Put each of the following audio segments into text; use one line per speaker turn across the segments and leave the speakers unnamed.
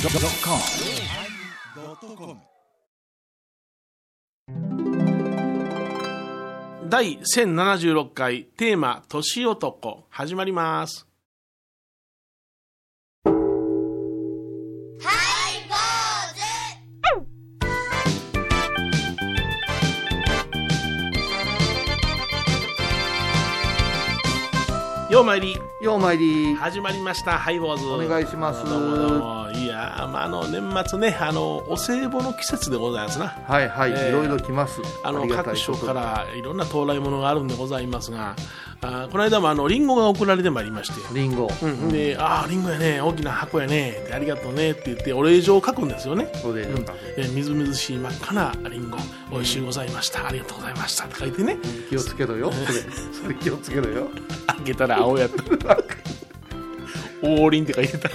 yosmir
第1076回テーマ「年男」始まりますようまいり
ようまいり
始まりましたハイボーズ
お願いします
どうもどうもいやー、まあ、あの年末ねあのお歳暮の季節でございますな
はいはい、
えー
いろいろ来ます
あの
りがた
各
いこと
所からいろんな到来物があるんでございますがあーこの間もあのリンゴが送られてまいりまして、
リンゴ、
で「ああリンゴやね大きな箱やねでありがとうね」って言ってお礼状を書くんですよね
そうで、
えーみずみずしい真っ赤なリンゴおいしゅうございましたありがとうございましたって書いてね
気をつけろよそれそれ気をつけろよ
開けたら青やった「王林」って書いてた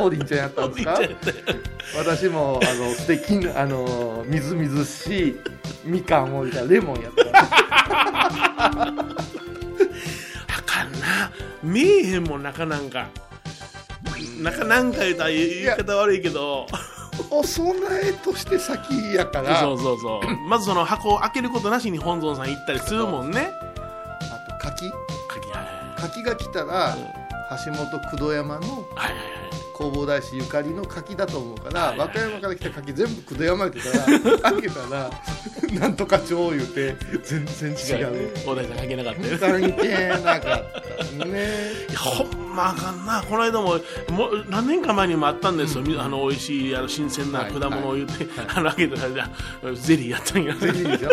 王林ちゃんやったんですか
王林ちゃんやった
私もあの素敵なあのみずみずしいみかんを置いたレモンやった
あかんな見えへんもん中なんか中なんか言うたら言い方悪いけど
お供えとして先やか
そ
ら
うそうそうまずその箱を開けることなしに本尊さん行ったりするもんね
あと柿
鍵はい
柿が来たら橋本工藤山の
はいはい
弘法大師ゆかりの柿だと思うから、
はいはい
和歌山から来た柿全部くどやまれてたら開けたらなん とか超言うて全然
違
違
う
う
ね大谷さん関係なかったよね
関係なかったね
いやほんまあかんなこの間ももう何年か前にもあったんですよ、みあの美味しいあの新鮮な
はい
果物を言って、あの開けたらじゃあゼリーやったんや
ぜひでしょ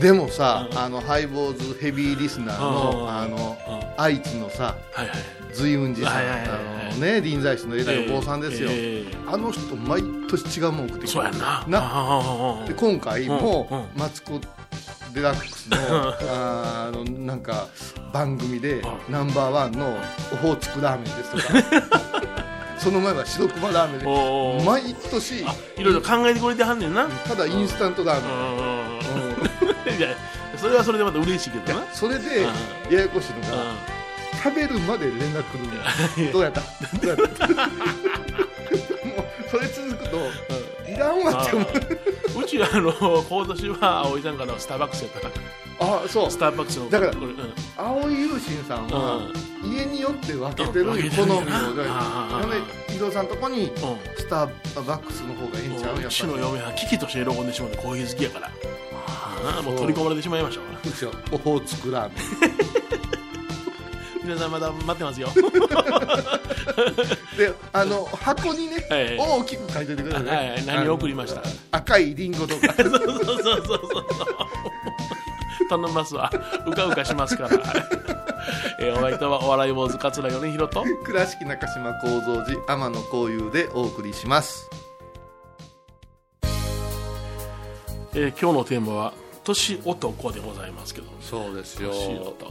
でもさ、あのハイボーズヘビーリスナーの、
うん
あの、
う
愛知のさ
はいはい
随雲寺さん、
はいはいはいはい
あのね臨済宗の枝の坊さんですよ、
えーえー
あの人毎年違うもん送ってき
そうや
て
な
な
あ
で今回
うんう
も
ん
マツコ・デラックス のあーあのなんか番組で
う
ナンバーワンのオホーツクラーメンですとか その前は白熊ラーメン
おーお
で
ー
毎年
ーいろいろ考えてくれてはんねんなうん
ただインスタントラーメン、うん
うんいやそれはそれでまた嬉しいけどな
それで
う
ややこしいのが食べるまで連絡来るのどうやったどうやった もうそれ続くといらんわって思う
うんうちあの今年は葵さんからスターバックスやったな
あそう
スターバックスの
だから
これうん
青井優心さんは家によって分けてる好み
分け
を
てるんやな
だから
ああ
なので伊藤さんとこに
うん
スターバックスの方がいいんちゃうやっぱり
うちの嫁は危機として喜んでしまってコーヒー好きやからああもう取り込まれてしまいましたわ
うちはオホーツクラーメン
皆さんまだ待ってますよ
であの箱にね
はい
大きく書いておいてくださいね、
はいはい何を送りました
あの赤いリンゴとか
そうそうそうそうそう頼みますわうかうかしますからえー、お相手はお笑い坊主桂米宏と
倉敷中島幸三寺天野幸雄でお送りします
えー今日のテーマは「年男」でございますけど
そうです
よ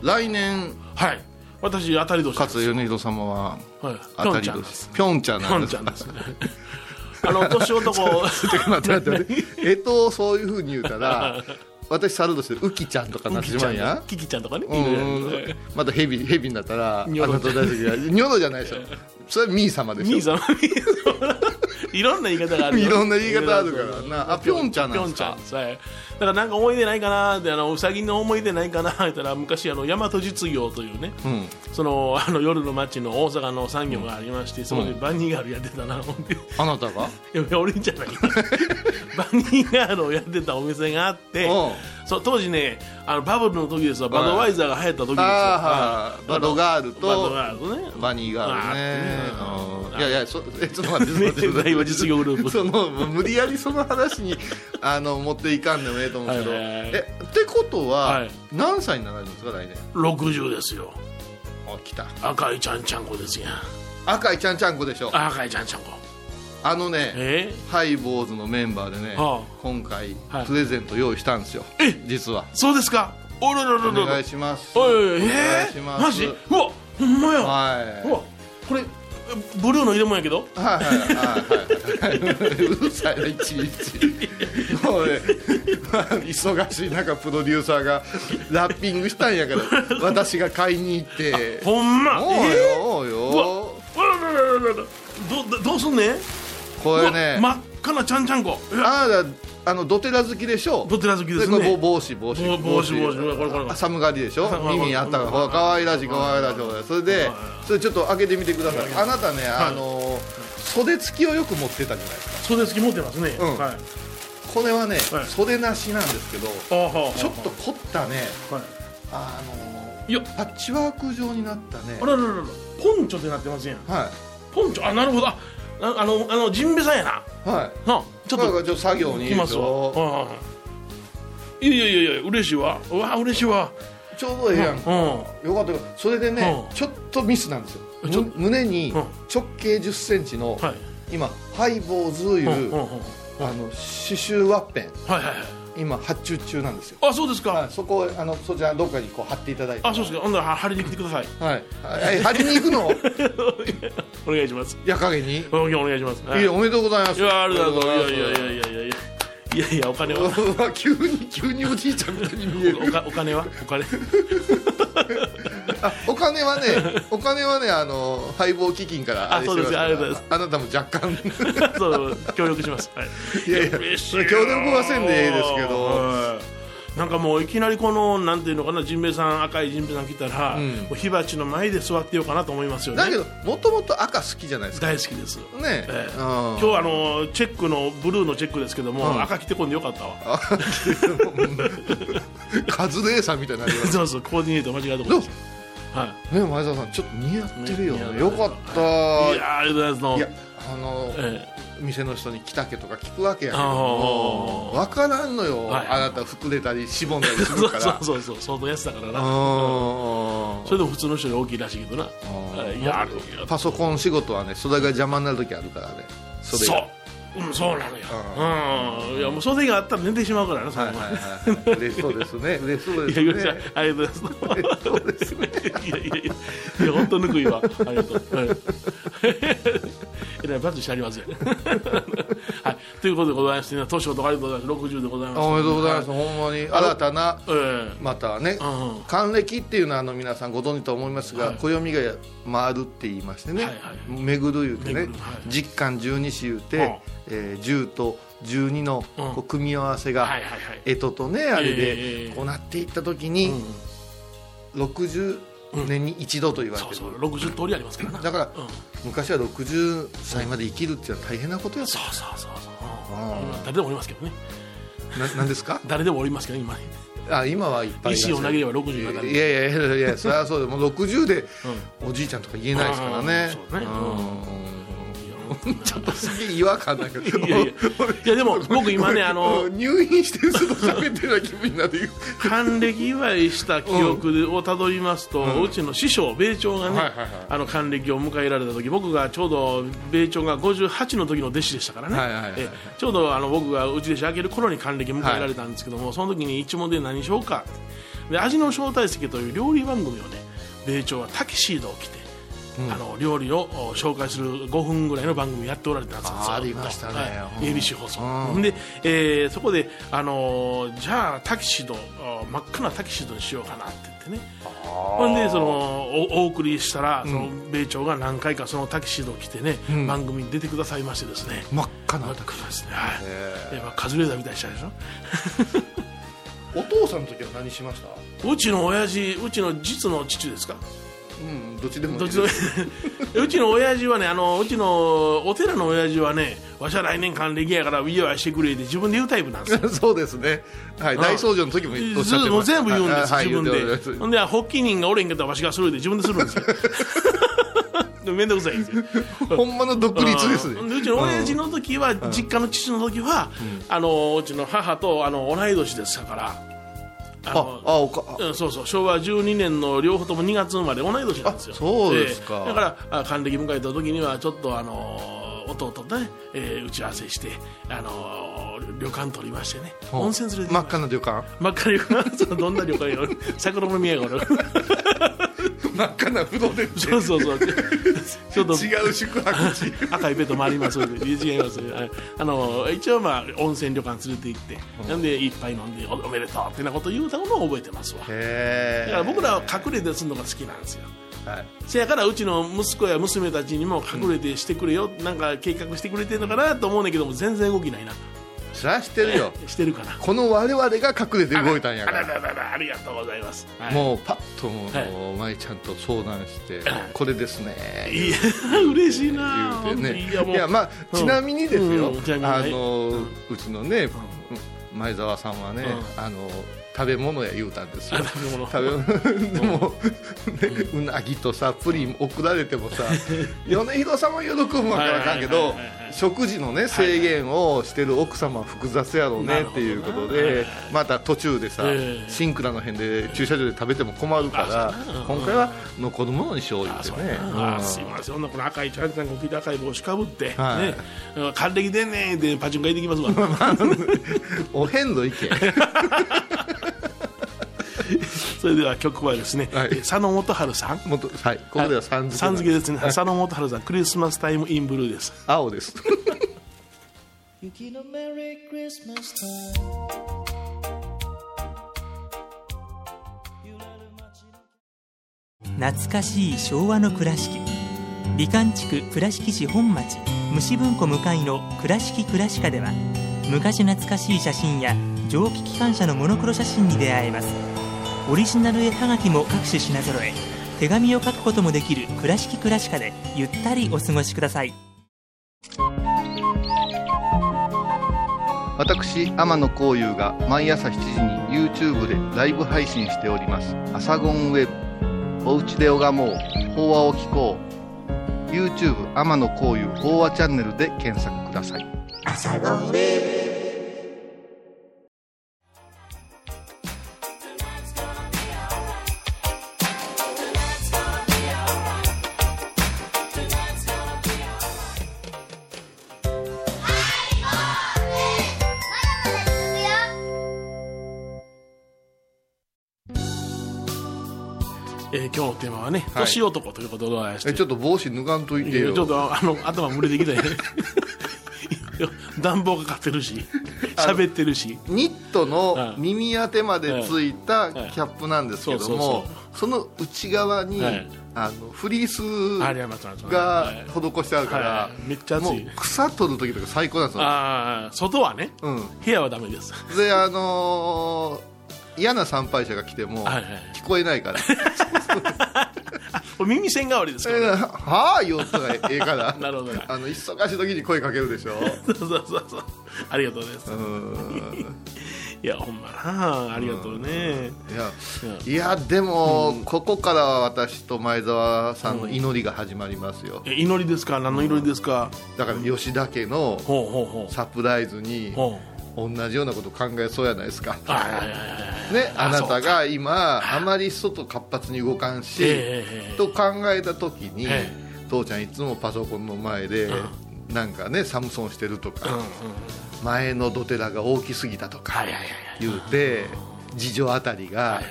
来年
はい私当たり年です
勝米宏様は
はいピ
当
ョ
た
ンち
り
ゃんで
年
す
ピョンちゃん
ピ
な
ョ
んで
ン
す
ちゃんですねあの年 男
ちょっと待って待って待ってえとをそういうふうに言うた ら私猿年でウキちゃんとかなってしまうんや
キキちゃんとかね
う
いるやん
んまたヘビヘビになったらあ
ニョロ
なた大好きだニョロじゃないでしょそれはミー様でし
兄
ょ
さん いろんな言い方があるよ
いろんな言い方あるからなあピョンちゃん
ピ
な
ョ
んで
ン
す
ちゃ
か
んですはいだからなんか思い出ないかなってあのうさぎの思い出ないかなって言ったら昔あの大和実業というね、
ん
そのあの夜の街の大阪の産業がありまして、そこでバニーガールやってたなほんでい
あなたが
やいや俺じゃない バニーガールをやってたお店があって
う
そう当時ねあのバブルの時ですよバドワイザーが流行った時ですよ
ああ
はい
バドガール
バド
と
ガールね
バニーガールねうんいやいやそえちょっと待って
ね
ちょっと待
大
っ
和
て
実業グループ
その無理やりその話にあの持っていかんでもええと思うけど、
はいはいはい
えってことは、
はい
何歳になられるんですか来年
60ですよ
あ来た
赤いちゃんちゃんこですやん
赤いちゃんちゃんこでしょあ
赤いちゃんちゃんこ
のね
え
ハイボーズのメンバーでね、
はあ
今回
はい
プレゼント用意したんですよ、
え
実は
そうですかおらららら
お
ら
願いします
おいおいおい
お願
え
いし
ー、
ます
マジうわほんまや、
はいう
わこれブルーの入れ物やけど
はいはいはいはいうるさいないちいちもうねまあ忙しい中プロデューサーがラッピングしたんやから私が買いに行って
ほんま
おうよ、おう
うわ
よ
らららどどうすんねん
これね
うわ真っ赤なちゃんちゃんこうわ
あなたあのドテラ好きでしょ
どちら好きです
これぼ
ね
帽子帽子
ぼ帽子帽子これこれこれ
寒がりでしょ
寒がり
耳にあったからほらかわいらしいかわいらしいほらそれでそれちょっと開けてみてくださいあなたねあの袖付きをよく持ってたじゃないですか
袖付き持ってますね、
うん
はい
これはね
はい
袖なしなんですけど
あーはーはー
ちょっと凝ったね
はい
あ
いや
のパッチワーク状になったね
あららららポンチョってなってますやん
は
ポンチョあなるほどあなあのあのジンベさんやな、
いはい
なちょっ
なん
と
かちょっと作業にい
来
いで
ま
し
すわ、
ょ
うんうんうんいやいやいやいや嬉しいわうわ嬉しいわ
ちょうどええや
うんう
ん
ん
よかったよそれでね
うん
ちょっとミスなんですよ
ちょ
む胸に
うん
直径1 0ンチの
はい
今ハイボーズい
うんうん
う
うんはい
あの刺繍ワッペン
はいはい
今発注中なんですよ
あそうですか、
はいそこをあのそちらどっかにこう貼っていただいて
あそうですかほんならは張りに来てください
はいはい貼りに行くの
お願いします
やかげに
うんお願いします、はい
いやおめでとうございます
いやありがとうございます
あ
い
り
や
が
い
とう
や
ござ
い
い
やいやいやいやいやお 金は
ますうわ急に急におじいちゃんみたいに見え
お
る
かお金はお金
あお金はねお金はねあの配合基金かられしてますから
あそうですありがとうござい
あなたも若干
そう協力します、はい、
いやいや
嬉しい
それ協力はせんでええですけど
はいなんかもういきなりこのなんていうのかなジンベエさん赤いジンベエさん来たら、
うん
もう火鉢の前で座ってようかなと思いますよね
だけどもともと赤好きじゃないですか
大好きです
ね
ええ
うん
今日あのチェックのブルーのチェックですけども、
うん
赤着てこんでよかったわ
カズレーサーみたいになります
そうそうコーディネート間違えたこと
どう
で
ね
すはい
前澤さんちょっと似合ってるよ
ね
ね
似合
よ
ってる
かった
いやーありがとうご
い
ざ
や
います
あの
のえ
店の人に来たけとか聞くわけやけど
あ
も
ー
分からんのよ、
はい
あなた膨れたりしぼんだりす
え
る
そう
から
そうそうそう相当安だからな
あ
それでも普通の人より大きいらしいけどな
ー
はいいやありがとう
ーパソコン仕事はね袖が邪魔になる時あるからね袖
そ
が
う、うん、そうなのよ、うんいやもう袖があったら寝てしまうからな、そ
はい
の
はい
前
はいはい嬉しそうですね嬉しそう
い
で
やよ
すね
っしゃありがとうございま
そうですね
す。いやいやいや、いや本当ぬくいわ。ありがとう。はいえらいバツしてありますよ ね。はい、ということでございましてね、年をとかありがとうございます。60でございます。
おめでとうございます、
は。
ほんまに新たな
ええ
またね、
うん
還暦っていうのはあの皆さんご存知と思いますが、
はい
暦が回るって言いましてね、
はいはい
巡る言うてね
巡るはい
実感十二支言うて、
うん
えー10と12の
うん
こう組み合わせ
は
が
いはいはい。
干支とねあれ
ええ
でこうなっていった時に60年に一度と言われ
そう
てる、
そう、60通りありますからな。
だから
うん
昔は60歳まで生きるっていうのは大変なことや
そうそうそうそう。うん
あ
誰でもおりますけどね。
ななんですか
誰でもおりますけど、今ね。
あ今はいっぱいいらっし
石
ゃる
を投げれば60に
い
な
や
る。
いやいやいやそれはそうでもう60でおじいちゃんとか言えないですからね
うんそうね
うんちょっとすげえ違和感だけど
いやいやいやでも僕今ねあ の
入院してる人と喋ってるような気分にな るよ
還暦祝いした記憶でをたどりますと、うちの師匠米朝がね、
はいはいはい
あの還暦を迎えられた時僕がちょうど米朝が58の時の弟子でしたからね、
はいはいはいはい
えちょうどあの僕がうち弟子開ける頃に還暦迎えられたんですけども、その時に一問で何しようかってで味の招待席という料理番組をね米朝はタキシードを着て、あの料理をお紹介する5分ぐらいの番組やっておられたんですよ
あー
ずっと
ありましたね
はい
うん
ABC 放送、
うん
で、えーそこで、あのーじゃあタキシードあー真っ赤なタキシードにしようかなって言ってねほんでそのおお送りしたらその米朝が何回かそのタキシードを着てね、番組に出てくださいましてですね、
真っ赤な
また来ますね、はいえーまあ、カズレーザーみたいにしたでし
お父さんの時は何しました
ょうちの親父うちの実の父ですか
うんどっちでもいい
どっ
で
ち
す
の うちの親父はねあのうちのお寺の親父はねわしは来年還暦やから家はしてくれって自分で言うタイプなんですよ
そうですねはい
ん
大掃除の時もおっしゃって
もう
ました
全部言うんです、
はい
自分
はい言って
で。
おり
ほ
ます
んで、発起人がおれんかったらわしがするで自分でするんですよ。 でもめんどくさいんです よ。
ほんまの独立です
うんで
ね
うちの親父の時は、実家の父の時は、あのうちの母とあの同い年でしたから。あ
あ
の
あおかあ
うん、そうそう昭和12年の両方とも2月生まれ同い年なんですよ
あそうですか
ええだからあ還暦迎えた時にはちょっとあのー弟とね、えー打ち合わせしてあのー旅館取りましてね
うん
温泉連れて行きま
真っ
した
赤な旅館
真っ赤な旅館そう どんな旅館よ桜の宮が 俺
真っ赤な不動で
そうそうそうちょっと
違う宿泊地
赤いベッドもあります んで違いますはいあの一応まあ温泉旅館連れて行って、なんで一杯飲んでおおめでとうってなこと言うたのを覚えてますわだ
へえ
から僕らは隠れてするのが好きなんですよ
はい
せやからうちの息子や娘たちにも隠れてしてくれよ、なんか計画してくれてるのかなと思うねんだけども全然動きないな
そらしてるよ
してるかな
この我々が隠れて動いたんやか
あら
ら
らららありがとうございます、はい
もうパッともう、
はい
もう舞ちゃんと相談してこれですね
いや 嬉しいな
言うてね
いやもう
いやまあちなみにですよ、
うんちなみにね
あのうちのね、前澤さんはね、
う
あの食べ物や言うたんですよ
あ 食べ物
食べでも、ねうなぎとさプリン送られ てもさ米広さんは喜ぶわけわからんけ
はい
ど
はいはいはいはい
食事のね制限をしてる奥様は複雑やろう
な
ね
る
っ
ほ
て
どな
いうことでまた途中でさ、
ええ
シンクラの辺で駐車場で食べても困るから今回は残るものにしよう言
あ
って
そう
ね
や。なあすいません、こんなこの赤いちゃんちゃんこ着た赤い帽子かぶって、
はい
ね、うん還暦でんねんってパチンコ行ってきますわ、
お遍路意見
それでは曲はですね、
はい
え佐野元春さん、
もっとはいここではさん付け
さん付けですね、佐野元春さん、クリスマスタイムインブルーです。
青です
Yuki no Merry Christmas time. You let him watch it.
懐かしい昭和の倉敷美観地区倉敷市本町虫文庫向かいの「倉敷倉歯科」では昔懐かしい写真や蒸気機関車のモノクロ写真に出会えますオリジナル絵はがきも各種品揃え手紙を書くこともできる「倉敷倉歯科」でゆったりお過ごしください
私天野幸雄が毎朝7時に YouTube でライブ配信しております「アサゴンウェブ」「おうちで拝もう法話を聞こう」YouTube 天野幸雄法話チャンネルで検索ください
えー今日のテーマはね、
はい
年男ということでございまして、
えちょっと帽子脱がんといて
いや
よ
ちょっとあの頭蒸れてきたよね いや暖房がかかってるし、喋ってるし、
ニットの
はい
耳当てまでついたキ
はい
ャップなんですけど
はい
も
そう
その内側に、
はい
あのフリース
ありがとうございます
が施してあるから、
はいめっちゃ暑
もう
い。
草取る時とか最高なんですよ
ああ、外はね、
う
部屋はダメです。
ん、であのー嫌な参拝者が来ても
はいはい
聞こえな いから
これ耳栓代わりです
「
から、ね。
はあ」言うたらええから
なるほどね
あの忙しい時に声かけるでしょ
そうそうそうそう。ありがとうございます。
うん
いや、ほんまな、ありがとうね。
いやいやでも、ここからは私と前澤さんの祈りが始まりますよ
え祈りですか、何の祈りですか。
だから吉田家の
ほうほうほう。
サプライズに
ほう。
同じようなこと考えそうやないですか
はいはいはいはい。
ね、あなたが今あまり外活発に動かんし、
ええ
と考えた時に、
え
父ちゃんいつもパソコンの前で、なんかねサムソンしてるとか、前のドテラが大きすぎたとか
はいはいはいはい
言うて次女あたりが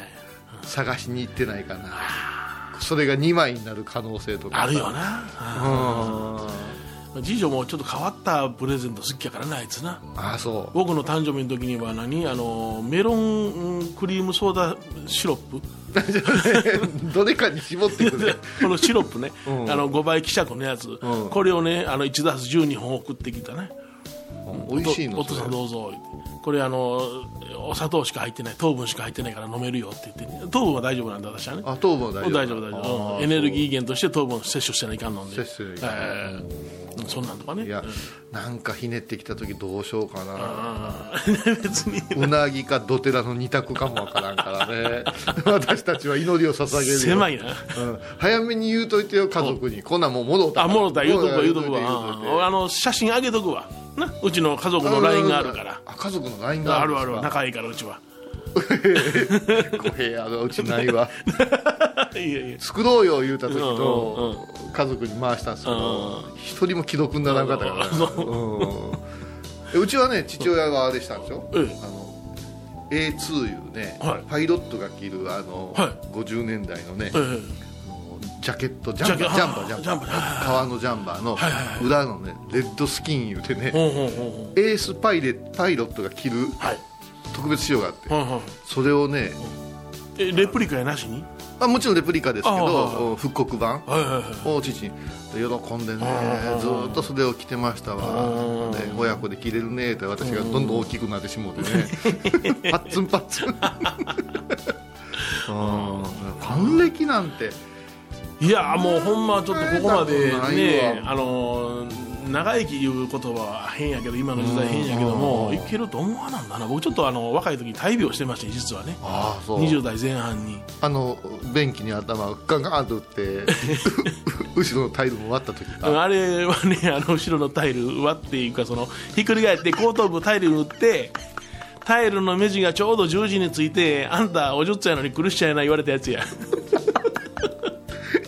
探しに行ってないかな、それが2枚になる可能性とか
あるよな。うん。次女もちょっと変わったプレゼント好きやからな、あいつな。
ああそ
僕の誕生日の時には何あのメロンうんクリームソーダシロップ
う どれかに絞ってくれ
このシロップね、あの5倍希釈のやつ、
ん
これをねあの1ダース12本送ってきたね
美味しい の
お父さんどうぞ言うてこれあのお砂糖しか入ってない糖分しか入ってないから飲めるよって言って糖分は大丈夫なんだ私はね
あ糖分は大丈夫
大丈夫大丈夫うんエネルギー源として糖分を摂取してないかんので
摂取してないかん
ええそんなんとかね
いやなんかひねってきた時どうしようかな
あー 別に
うなぎかドテラの二択かもわからんからね 私たちは祈りを捧げるよ
狭いな
うん早めに言うといてよ家族にこんなんもう戻った
あ、もろた、言うとくわ、言うと
戻
く
った
わ。
言うといて
うんあの、写真あげとくわ。な、うちの家族の LINE があるから。
あ家族の LINE が
あ
あ
るあ
る
る、
んですか
仲いいから、うちは。
小部屋のうちないわ
いやいや。
作ろうよ言うた時
うん
と家族に回したんですけど一人も既読にならなかったからねうんうちはね父親があれしたんですよ
ええ
あの A2 いうね
はい
パイロットが着るあの
は
50年代のね
ええ
ジャケットジャン
ジ
バ
ャ
ー
ケ
ジャンバージ
あー
ャンバ
ジャンバ
ー革のジャンバーの裏のねレッドスキン言うてね
ほんほんほんほん。
エースパイレパイロットが着る
はい。
特別仕様があって
ほんほん。
それをね
え、レプリカやなしに
まあ、もちろんレプリカですけ
ああ
ど復刻版
はいはいはい
を父に喜んでね
あ
ずーっと袖を着てましたわ
あ
で親子で着れるねって私がどんどん大きくなってしも うてねパッツンパッツンうん還暦なんて
いやーもうほんまちょっとここまで
そんなことない
ね
わ
あのー長生きいう言葉は変やけど今の時代変やけど
う
も
ん
いけると思わなんだな僕ちょっとあの若い時に大病してまして実はね
ああそう
20代前半に
あの便器に頭ガンガンと打って 後ろのタイルも割った時か
あれはねあの後ろのタイル割っていうかそのひっくり返って後頭部タイル打ってタイルの目地がちょうど十字についてあんたおじょっちゃやのに苦しちゃいな言われたやつや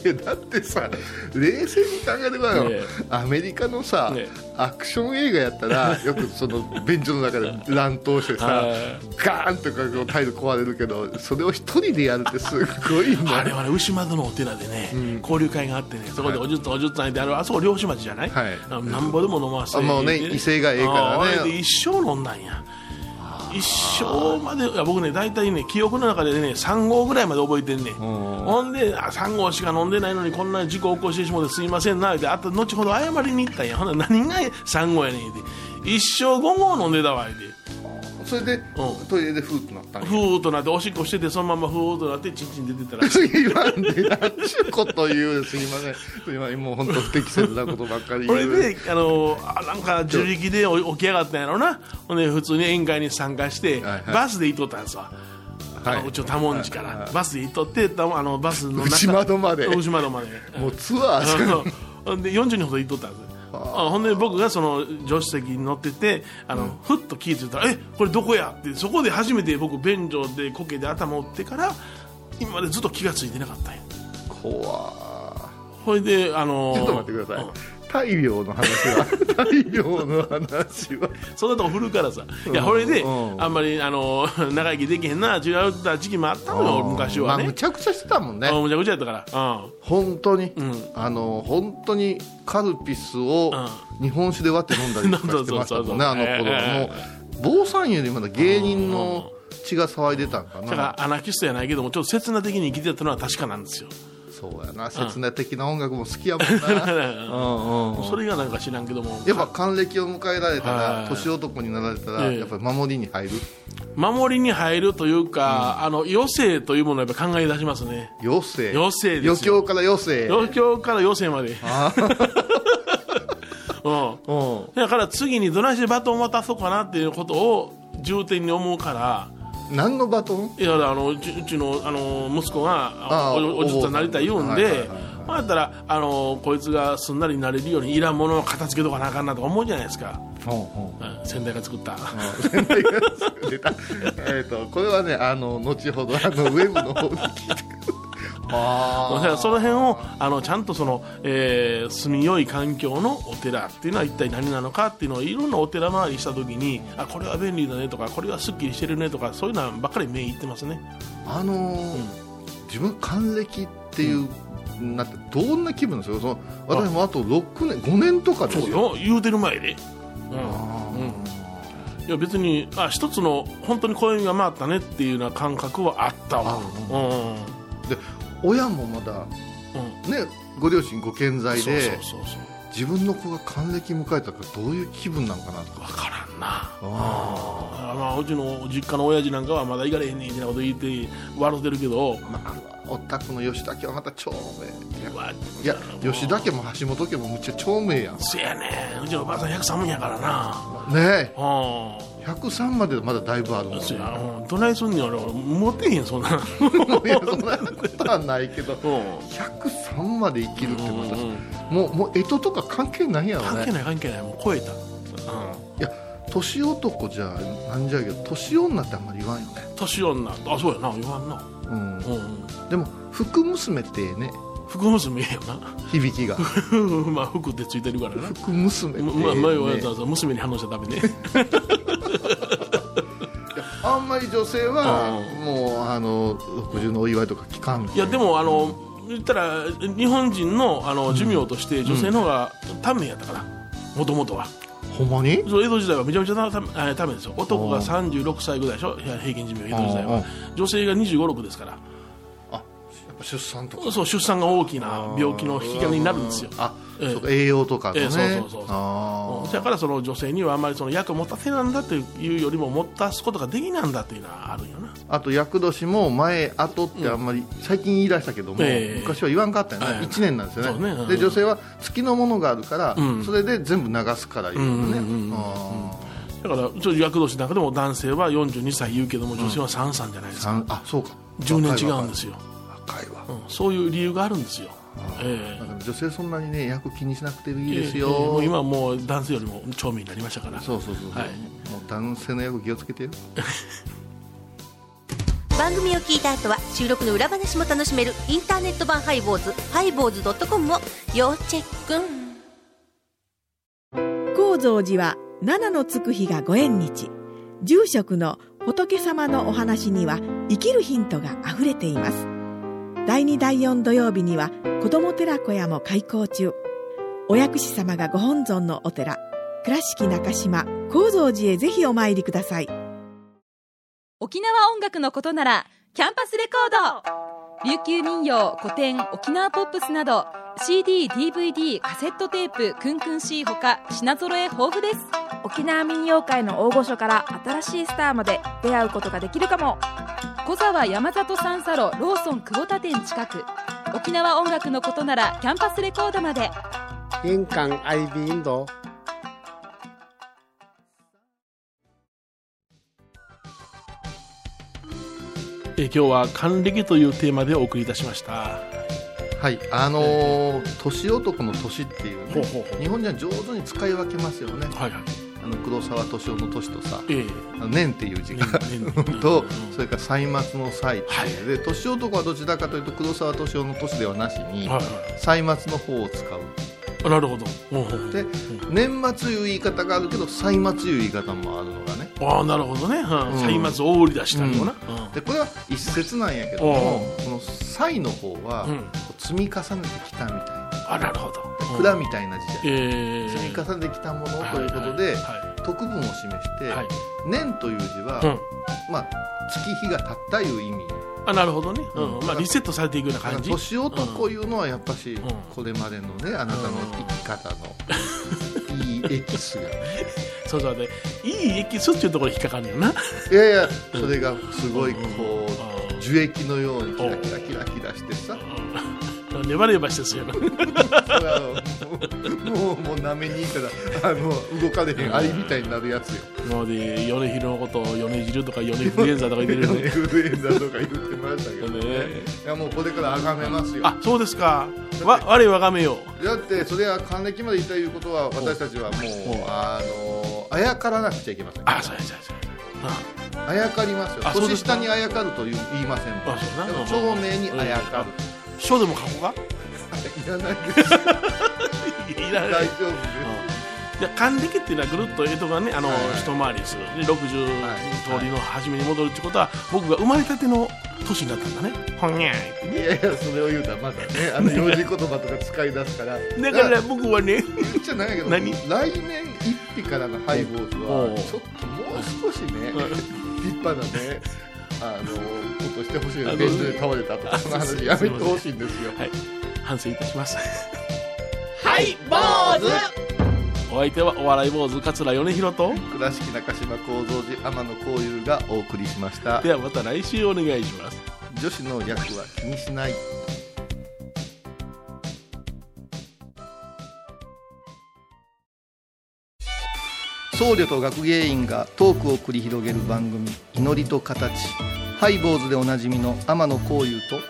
いやだってさ冷静に考えてごらんよ、
ええ
アメリカのさ、
ええ
アクション映画やった らよくその便所の中で乱闘してさ
はい
ガーンとかこうタイル壊れるけどそれを一人でやるってすごい
あれ
な
はね牛窓のお寺でね、交流会があってねそこで
は
お
い
じゅっとおじゅっとんってあれあそこ漁師町じゃない、
はい
あなんぼでも飲ませ
あ
て
もうね
で
威勢がええからね
ああれで一生飲んだんや一生までいや僕ね大体ね記憶の中でね3号ぐらいまで覚えてんねんほんであ3号しか飲んでないのにこんな事故起こしてしもてすいませんなってあと後ほど謝りに行ったんやほんなら何が3号やねんって一生5号飲んでたわ言うて
それで
う
トイレでフーッとなったん
ふ
や
ーっとなっておしっこしててそのままふーっとなってちんちん出てたらしい
すいません何ちゅうこと言うすいませんすいませんもう本当不適切なことばっかり
こ
言
れ
う
で、あのあなんか自力でお起き上がったんやろな、ほんで普通に宴会に参加して、
はいはい
バスで行っとったんですわ、
はい
あのうちの多文字から、バスで行っとって、たあのバスの中
内窓まで
内窓まで、
もうツアーじゃん
あのほんで40人ほど 行っとったんです。あほんで僕がその助手席に乗っててあの、ふっと聞いてたら「えこれどこや?」ってそこで初めて僕便所でこけで頭を打ってから今までずっと気が付いてなかったんや
怖ー
ほいであの
ちょっと待ってください
うん。
大病の話は、 大病の話は。
そんなとこ振るからさ、いや、これで、
うん
あんまり、あの、 長生きできへんな、違うた時期もあったのよ、昔は
まあ、
ね
む。ちゃくちゃしてたもんね
あ。むちゃくちゃやったから。
本当に、
ん
あの、本当にカルピスを日本酒で割って飲んだりとかしてましたもんね、
そ
あ
うそうそうそう
の頃
え
もう坊さんよりまだ芸人の血が騒いでたんか
うん。だか
な。
ら、アナキストやないけども、ちょっと刹那的に生きてたのは確かなんですよ。
そうやな、刹那的な音楽も好きやもんな。うんうん
それがなんか知らんけども、
やっぱ還暦を迎えられた
は
ら
い、
年男になられたら、
ええ
やっぱり守りに入る。
守りに入るというか、あの、余生というものをやっぱ考え出しますね。
余生。
余生ですよ
余興から余生。
余興から余生まで。 うん。
うん。
だから次にどないしてバトン渡そうかなっていうことを重点に思うから、
何のバトン
いやあのうちうちのあの息子が
あ
お
ー
おおじっさんになりたい言うん
はいはいはい
で
はい、
まあ、やったらあのこいつがすんなりなれるようにいらんものを片付けとかなあかんなとか思うじゃないですか、うん、先代が作った、
出たえっとこれはねあの後ほどあのウェブの方に聞いてくる
だから
あ
その辺をあのちゃんとその、えー住みよい環境のお寺っていうのは一体何なのかっていうのをいろんなお寺回りした時にあこれは便利だねとかこれはすっきりしてるねとかそういうのばっかり目いってますね
ああのー自分還暦っていう、なってどんな気分ですかその私もあと6年5年とかで
そう
すよ
よ言うてる前で、うんうんいや別にあ一つの本当に暦が回ったねっていうような感覚はあったわ
あ
うん、うん
で親もまだねご両親ご健在
そう
で
そうそうそう
自分の子が還暦迎えたからどういう気分なんかなとか
分からんな
あ
あまあ、うちの実家の親父なんかはまだ行かれへんねんみたいなこと言って笑ってるけど
ー、まあ、お宅の吉田家はまた超名い
い
や吉田家も橋本家もむっちゃ超名やん
せやねんうちのおばあさん103もんやからな
ねえ
う
103までまだだいぶあるもん
んせやうんどないすんねん俺俺持ってへんそんな
いやそんなことはないけど
うん
103まで生きるってまた
うん
もうもう干支とか関係ないやろ
関係
ね
ない関係ないもう超えた、うん
いや年男じゃなんじゃけど年女ってあんまり言わんよね、
年女あそうやな言わんな
うん、
うんうん
でも福娘ってええね
福娘やよな
響きが
まあ福ってついてるからな
福娘ってええ
ま
ね
まあ前はわざ娘に反応しちゃダメね
あんまり女性は
う
もうあの60のお祝いとか聞かんみた
いやでもあの言ったら日本人のあの寿命として女性の方が短命やったからもともとは
ほんまに
そう江戸時代はめちゃめちゃ短短えー短命ですよ男が36歳ぐらいでしょ平均寿命江戸時代
うん
は女性が2 5六6ですから
あやっ出産とか
そう出産が大きな病気の引き金になるんですよ
あ、
ええ
そうか栄養とかのね、
ええそうそうそうそう
あ
だからその女性にはあんまりその薬を持たせなんだというよりも持たすことができなんだというのはあるんよな、
ああと厄年も前後ってあんまり最近言い出したけども、
ええ
昔は言わんかったよね、
ええ
1年なんですよ
そう
ね
ねうん
で女性は月のものがあるから、
うん
それで全部流すから言うのね、
うんうんうんうん
あ
だからちょっと厄年の中でも男性は42歳言うけども女性は3歳じゃないです
ー
か、
三あそうか
10年違うんですよ、
若いわ
うんそういう理由があるんですよ、え
だから女性そんなにね役気にしなくてい
え
いです
ええも
よ、
う今はもう男性よりも長命になりましたから
そうそうそうそう、
はい
もう男性の役気をつけてよ
番組を聞いた後は収録の裏話も楽しめるインターネット版ハイボーズハイボーズドットコムを要チェック
高蔵寺は七のつく日がご縁日住職の仏様のお話には生きるヒントがあふれています第2第4土曜日には子ども寺小屋も開校中お薬師様がご本尊のお寺倉敷中島・高蔵寺へぜひお参りください
沖縄音楽のことならキャンパスレコード琉球民謡古典沖縄ポップスなど CDDVD カセットテープクンクン C ほか品揃え豊富です
沖縄民謡界の大御所から新しいスターまで出会うことができるかも
小沢山里三佐路ローソン久保田店近く沖縄音楽のことならキャンパスレコードまで
印港 IB インド
ええ今日は還暦というテーマでお送りいたしました
はいあのー年男の年っていうね
ほうほうほう
日本人は上手に使い分けますよね
はいはい
あの黒沢敏夫の年とさ
ええ
あの年っていう字が とそれから歳末の歳っていうねで年男はどちらかというと黒沢敏夫の年ではなしに
はいはい
歳末の方を使う
あなるほど、うんうん
で年末いう言い方があるけど歳末いう言い方もあるのがね
ああなるほどね、うん、歳末を大売り出したのかな、うん
でこれは一説なんやけども
お
この歳の方は
うん
こう積み重ねてきたみたいな
あなるほど、うん
蔵みたいな字じゃない
ええ
積み重ねてきたものということで
は
特分を示して、
いはいはい
年という字は、
うん
まあ、月日が経ったいう意味
あなるほどね、うん
うん
まあ、リセットされていくような感じ
年男いうのはやっぱし、
ん
これまでのねあなたの生き方の、 いいエキスがね
そうそうでいいエキスっていうところに引っかかるよな、
いやいやそれがすごいこ
あ
う樹液のようにキラキラキラキラしてさ
ーネバネバしてそうやな
それはもうもうもうなめにいいからあの動かれへんアリみたいになるやつよ。
今まで米広のことを米汁とか米フルエンザとか言ってる よ
イン
ね
フルエンザとか言ってましたけどね
ね
いやもうこれからあがめますよ
あそうですかわ我わがめよ
だってそれは還暦までいたいうことは私たちはもうあのあやからなくちゃいけません
あそうやそうやそうや
あやかりますよ
あそうで
年
すか
下にあやかるという言いませんもん
あそうな
でも長命にあやかる
うん書でも書 こ
いらないけど
うかいら
大
ない
丈夫
じゃあ還暦っていうのはぐるっと江戸がねあの、
はいはい
一回りするで60
はい
通りの初めに戻るってことは、僕が生まれたての年になったんだねほにゃーいって
ですいやいや それを言うたらまだねあの用事言葉とか使い出すから
だから僕はね
言っちゃないけど来
何
年一匹からのハイボーズ
お
は
う
ちょっともう少しね立派なねあのことしてほしい
あ
ね
の
ベンチで倒れたとかその話やめてほしいんですよ
はい、反省いたします。はい、坊主。お相手はお笑い坊主桂米広と。
倉敷中島幸三寺天野幸雄がお送りしました
ではまた来週お願いします。
女子の役は気にしない僧侶と学芸員がトークを繰り広げる番組「祈りと形」ハイボーズでおなじみの天野幸雄と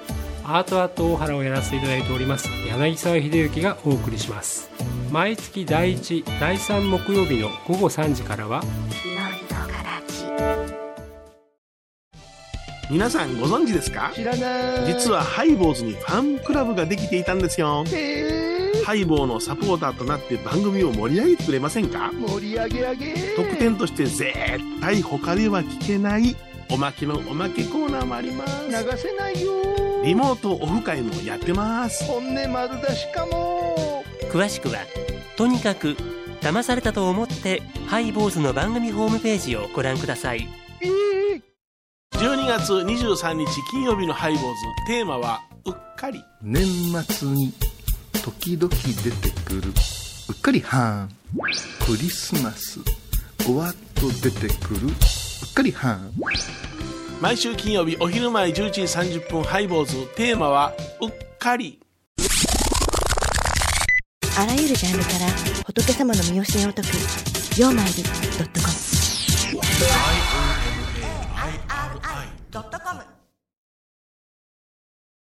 アートアート大原をやらせていただいております柳沢秀幸がお送りします毎月第1第3木曜日の午後3時からは
皆さんご存知ですか
知らない
実はハイボーズにファンクラブができていたんですよ。ハイボーのサポーターとなって番組を盛り上げてくれませんか
盛り上げ上げ
特典として絶対他では聞けないおまけのおまけコーナーもあります。
流せないよ
リモートオフ会もやってます。
本音丸出しかも
詳しくはとにかく騙されたと思ってハイボーズの番組ホームページをご覧ください
12月23日金曜日のハイボーズテーマはうっかり
年末に時々出てくるうっかりはんクリスマスおわっと出てくるうっかりはん
毎週金曜日お昼前11時30分ハイボーズテーマはうっかり
あらゆるジャンルから仏様の身教えを解く「曜マイルドットコム」
ドットコム